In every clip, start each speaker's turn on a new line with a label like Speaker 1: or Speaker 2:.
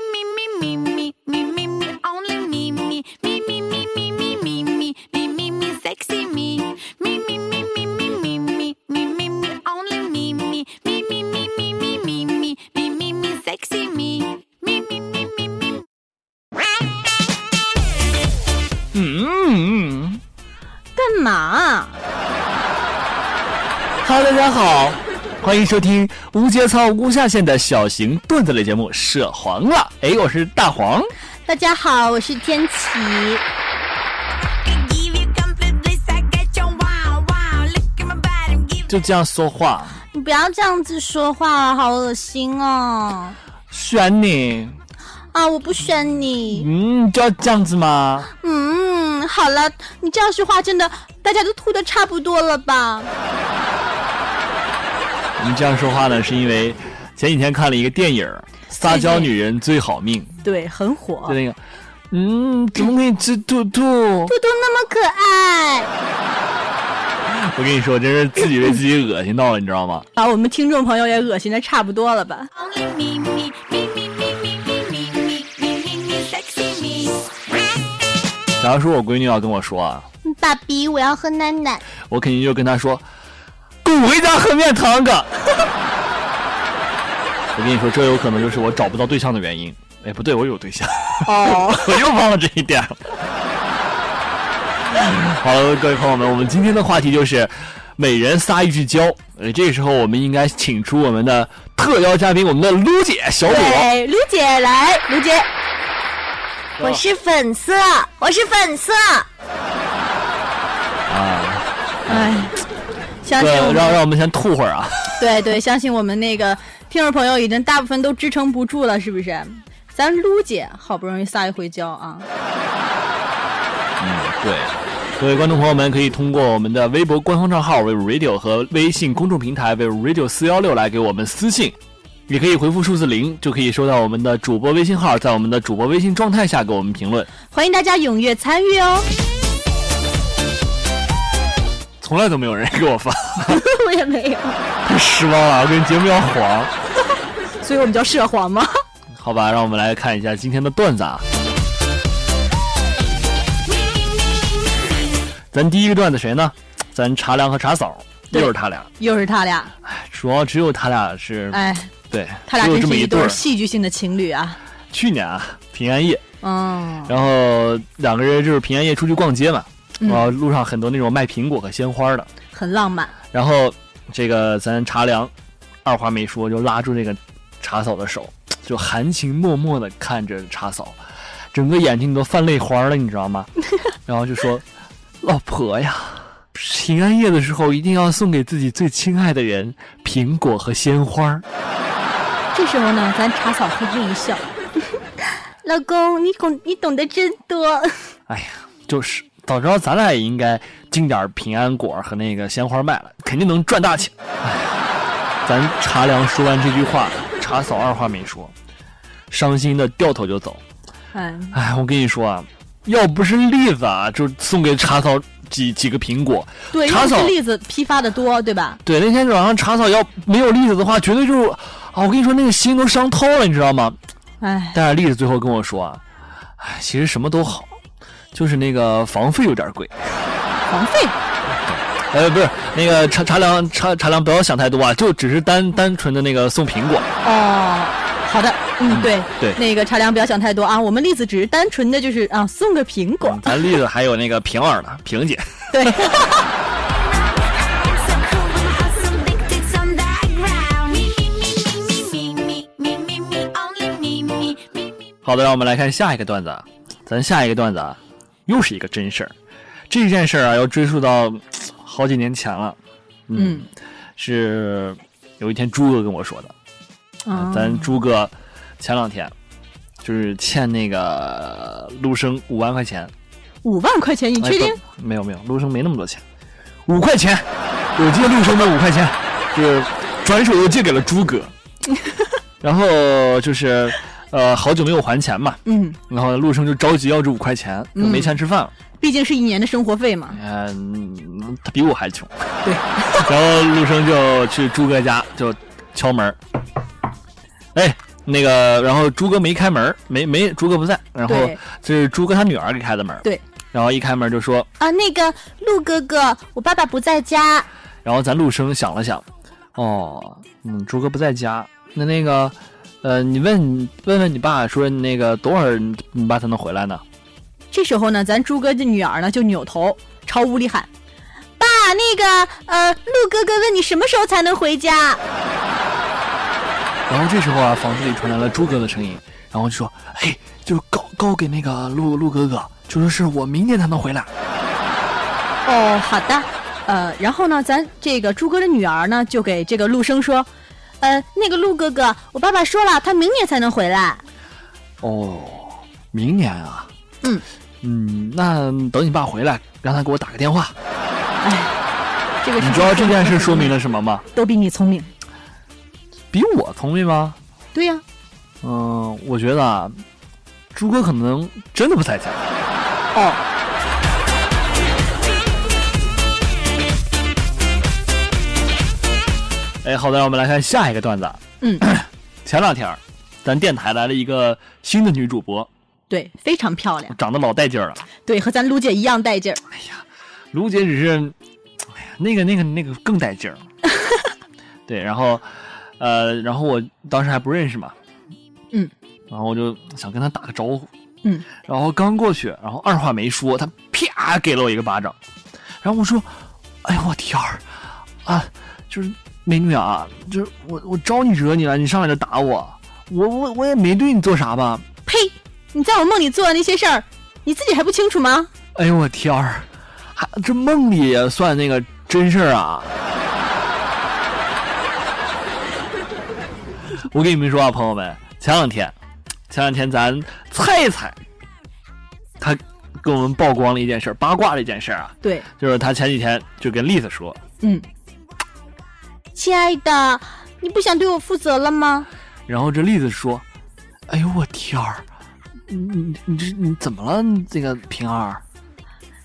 Speaker 1: me, me, me, me, me, only me, me, me, me, me, me, me, me, me, me, me, me, sexy me, me, me, me, me, me, me, me, me, me, me, only me, me, me, me, me, me, me, me, me, me, me, me, sexy me, me, me, me, me, me.
Speaker 2: 嗯
Speaker 3: 干嘛？
Speaker 2: 哈喽，大家好，欢迎收听无节操无下限的小型段子类节目《涉黄了》。哎，我是大黄。
Speaker 3: 大家好，我是天琪。
Speaker 1: Could give you complete bliss, I get your wow, wow. Look at my body, give
Speaker 2: 就这样说话，
Speaker 3: 你不要这样子说话，好恶心哦！
Speaker 2: 选你，
Speaker 3: 啊，我不选你。
Speaker 2: 嗯，就要这样子吗？
Speaker 3: 嗯，好了，你这样说话真的，大家都吐的差不多了吧？
Speaker 2: 你这样说话呢，是因为前几天看了一个电影儿《撒娇女人最好命》，
Speaker 3: 对，很火
Speaker 2: 就那个，嗯，怎么可以吃兔兔？
Speaker 3: 兔兔那么可爱，
Speaker 2: 我跟你说，真是自己被自己恶心到了，你知道吗？
Speaker 3: 把我们听众朋友也恶心的差不多了吧？
Speaker 1: only me, me, me, me, me, me, me, me, me, me, me, me, sexy me.
Speaker 2: 假如说我闺女要跟我说啊，
Speaker 3: 嗯爸比，我要喝奶奶。
Speaker 2: 我肯定就跟她说，滚回家喝面汤个。 我跟你说，这有可能就是我找不到对象的原因。哎，不对，我有对象，
Speaker 3: 哦，
Speaker 2: 我又忘了这一点了。好了，各位朋友们，我们今天的话题就是每人撒一句娇。呃，这个时候我们应该请出我们的特邀嘉宾，我们的撸姐小朵。
Speaker 3: 对，卢姐来，卢姐，
Speaker 2: 我
Speaker 3: 是粉色，我是粉色。哎，相信
Speaker 2: 啊对
Speaker 3: 我，
Speaker 2: 呃让
Speaker 3: 们，
Speaker 2: 让我们先吐会儿啊。
Speaker 3: 对对，相信我们那个听众朋友已经大部分都支撑不住了，是不是？咱撸姐好不容易撒一回娇啊，
Speaker 2: 对，各位观众朋友们可以通过我们的微博官方账号 vivo radio 和微信公众平台 vivo radio 四幺六来给我们私信，也可以回复数字零就可以收到我们的主播微信号，在我们的主播微信状态下给我们评论，
Speaker 3: 欢迎大家踊跃参与哦。
Speaker 2: 从来都没有人给我发，
Speaker 3: 我也没有，
Speaker 2: 太失望了，我跟节目要黄。
Speaker 3: 所以我们叫涉黄 吗？
Speaker 2: 好吧，让我们来看一下今天的段子啊。咱第一个段子谁呢？咱茶凉和茶嫂，
Speaker 3: 对
Speaker 2: 又是他俩。
Speaker 3: 又是他俩，
Speaker 2: 哎主要只有他俩是，
Speaker 3: 哎，
Speaker 2: 对，
Speaker 3: 他俩
Speaker 2: 只有
Speaker 3: 真
Speaker 2: 这么
Speaker 3: 是
Speaker 2: 一
Speaker 3: 一
Speaker 2: 对
Speaker 3: 对
Speaker 2: 儿
Speaker 3: 儿。戏剧性的情侣啊。
Speaker 2: 去年啊，平安夜，
Speaker 3: 嗯，
Speaker 2: 然后两个人就是平安夜出去逛街嘛，然后路上很多那种卖苹果和鲜花的，
Speaker 3: 很浪漫。
Speaker 2: 然后这个咱茶凉二话没说就拉住这个茶嫂的手，就含情脉脉的看着茶嫂，整个眼睛都泛泪花了，你知道吗？然后就说：“老婆呀，平安夜的时候一定要送给自己最亲爱的人苹果和鲜花儿。”
Speaker 3: 这时候呢，咱茶嫂嘿嘿一笑， 老公，你懂你懂得真多。
Speaker 2: 哎呀，就是早知道咱俩也应该进点儿平安果和那个鲜花卖了，肯定能赚大钱。哎呀，咱茶凉说完这句话，茶嫂二话没说，伤心的掉头就走。
Speaker 3: 哎，
Speaker 2: 哎，我跟你说啊，要不是栗子啊，就送给茶嫂几几个苹果。
Speaker 3: 对，
Speaker 2: 茶
Speaker 3: 又
Speaker 2: 嫂
Speaker 3: 是栗子批发的多，对吧？
Speaker 2: 对，那天晚上茶嫂要没有栗子的话，绝对就是啊，我跟你说那个心都伤透了，你知道吗？
Speaker 3: 哎，
Speaker 2: 但是栗子最后跟我说啊，哎，其实什么都好，就是那个房费有点贵。
Speaker 3: 房费
Speaker 2: 呃，不是那个茶茶凉茶茶凉，不要想太多啊，就只是单单纯的那个送苹果。啊
Speaker 3: 哦。好的，嗯，对
Speaker 2: 对
Speaker 3: 那个茶凉不要想太多啊，我们栗子只是单纯的就是啊送个苹果
Speaker 2: 嗯，咱栗子还有那个平儿呢，萍姐。
Speaker 3: 对，
Speaker 2: 好的，让我们来看下一个段子啊，咱下一个段子啊，又是一个真事儿。这件事儿啊，要追溯到嗯好几年前了。嗯，
Speaker 3: 嗯，
Speaker 2: 是有一天猪哥跟我说的。嗯
Speaker 3: 啊
Speaker 2: 哎咱猪哥前两天就是欠那个陆生五万块钱。
Speaker 3: 五万块钱，你
Speaker 2: 哎
Speaker 3: 确定？
Speaker 2: 不没有没有，陆生没那么多钱，五块钱，我借陆生的五块钱，就是转手又借给了朱 哥，然后就是呃好久没有还钱嘛，
Speaker 3: 嗯，
Speaker 2: 然后陆生就着急要这五块钱，就没钱吃饭了，
Speaker 3: 毕竟是一年的生活费嘛。
Speaker 2: 嗯，他比我还穷，
Speaker 3: 对，
Speaker 2: 然后陆生就去朱哥家就敲门儿，哎，那个，然后朱哥没开门儿，没没朱哥不在，然后
Speaker 3: 对
Speaker 2: 这是朱哥他女儿给开的门儿。
Speaker 3: 对
Speaker 2: 然后一开门就说，
Speaker 3: 啊，那个陆哥哥，我爸爸不在家，
Speaker 2: 然后咱陆生想了想，哦，嗯，朱哥不在家，那那个，呃，你问问问你爸，说那个多会儿你爸才能回来呢？
Speaker 3: 这时候呢，咱朱哥这女儿呢就扭头朝屋里喊：“爸，那个呃，陆哥哥问你什么时候才能回家
Speaker 2: 然后这时候啊，房子里传来了朱哥的声音，然后就说：“嘿，就是告告给那个陆陆哥哥，就说是我明天才能回来。？”
Speaker 3: 哦，好的，呃，然后呢，咱这个朱哥的女儿呢就给这个陆生说：“呃，那个陆哥哥，我爸爸说了，他明年才能回来。”
Speaker 2: 哦，明年啊，
Speaker 3: 嗯
Speaker 2: 嗯，那等你爸回来，让他给我打个电话。
Speaker 3: 这个
Speaker 2: 你
Speaker 3: 事
Speaker 2: 知
Speaker 3: 情
Speaker 2: 道这件事说明了什么吗？
Speaker 3: 都比你聪明，
Speaker 2: 比我聪明吗？
Speaker 3: 对呀、
Speaker 2: 嗯、我觉得啊，朱哥可能真的不在家。
Speaker 3: 哦，
Speaker 2: 哎，好的，让我们来看下一个段子。
Speaker 3: 嗯，
Speaker 2: 前两天儿，咱电台来了一个新的女主播，
Speaker 3: 对，非常漂亮，
Speaker 2: 长得老带劲儿了。
Speaker 3: 对，和咱卢姐一样带劲儿。
Speaker 2: 卢姐只是，哎呀，那个那个那个更带 劲儿。对，然后，呃，然后我当时还不认识嘛，
Speaker 3: 嗯，
Speaker 2: 然后我就想跟她打个招呼，
Speaker 3: 嗯，
Speaker 2: 然后刚过去，然后二话没说，她啪给了我一个巴掌，然后我说，哎呦我天儿，啊，就是美女啊，就是我我招你惹你了，你上来就打我，我我我也没对你做啥吧，
Speaker 3: 呸！你在我梦里做的那些事儿，你自己还不清楚吗？
Speaker 2: 哎呦我天儿，还这梦里也算那个真事儿啊！我跟你们说啊，朋友们，前两天，前两天咱菜菜，他跟我们曝光了一件事儿，八卦了一件事儿啊，
Speaker 3: 对，
Speaker 2: 就是他前几天就跟栗子说，
Speaker 3: 嗯，亲爱的，你不想对我负责了吗？
Speaker 2: 然后这栗子说：“哎呦我天儿，你你你这你怎么了？你这个平儿？”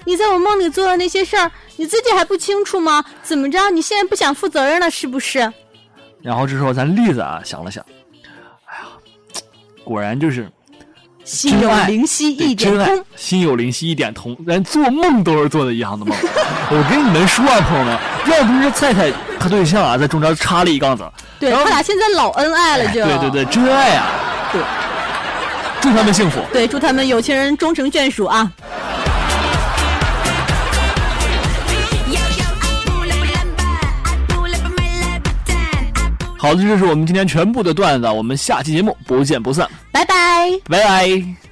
Speaker 3: 你在我梦里做的那些事儿，你自己还不清楚吗？怎么着，你现在不想负责任了是不是？
Speaker 2: 然后这时候咱栗子啊想了想，哎呀，果然就是
Speaker 3: 心有灵犀
Speaker 2: 对
Speaker 3: 一点
Speaker 2: 真爱
Speaker 3: 通。，
Speaker 2: 心有灵犀一点通，咱做梦都是做的一样的梦。 我跟你们说啊，朋友们，要不是菜菜她对象啊在中间插了一杠子，
Speaker 3: 对
Speaker 2: 然后
Speaker 3: 他俩现在老恩爱了就，
Speaker 2: 对对对，真爱啊，
Speaker 3: 对，
Speaker 2: 祝他们幸福。
Speaker 3: 对祝他们有情人终成眷属啊！
Speaker 2: 好的，这就是我们今天全部的段子，我们下期节目不见不散，
Speaker 3: 拜拜。
Speaker 2: 拜拜。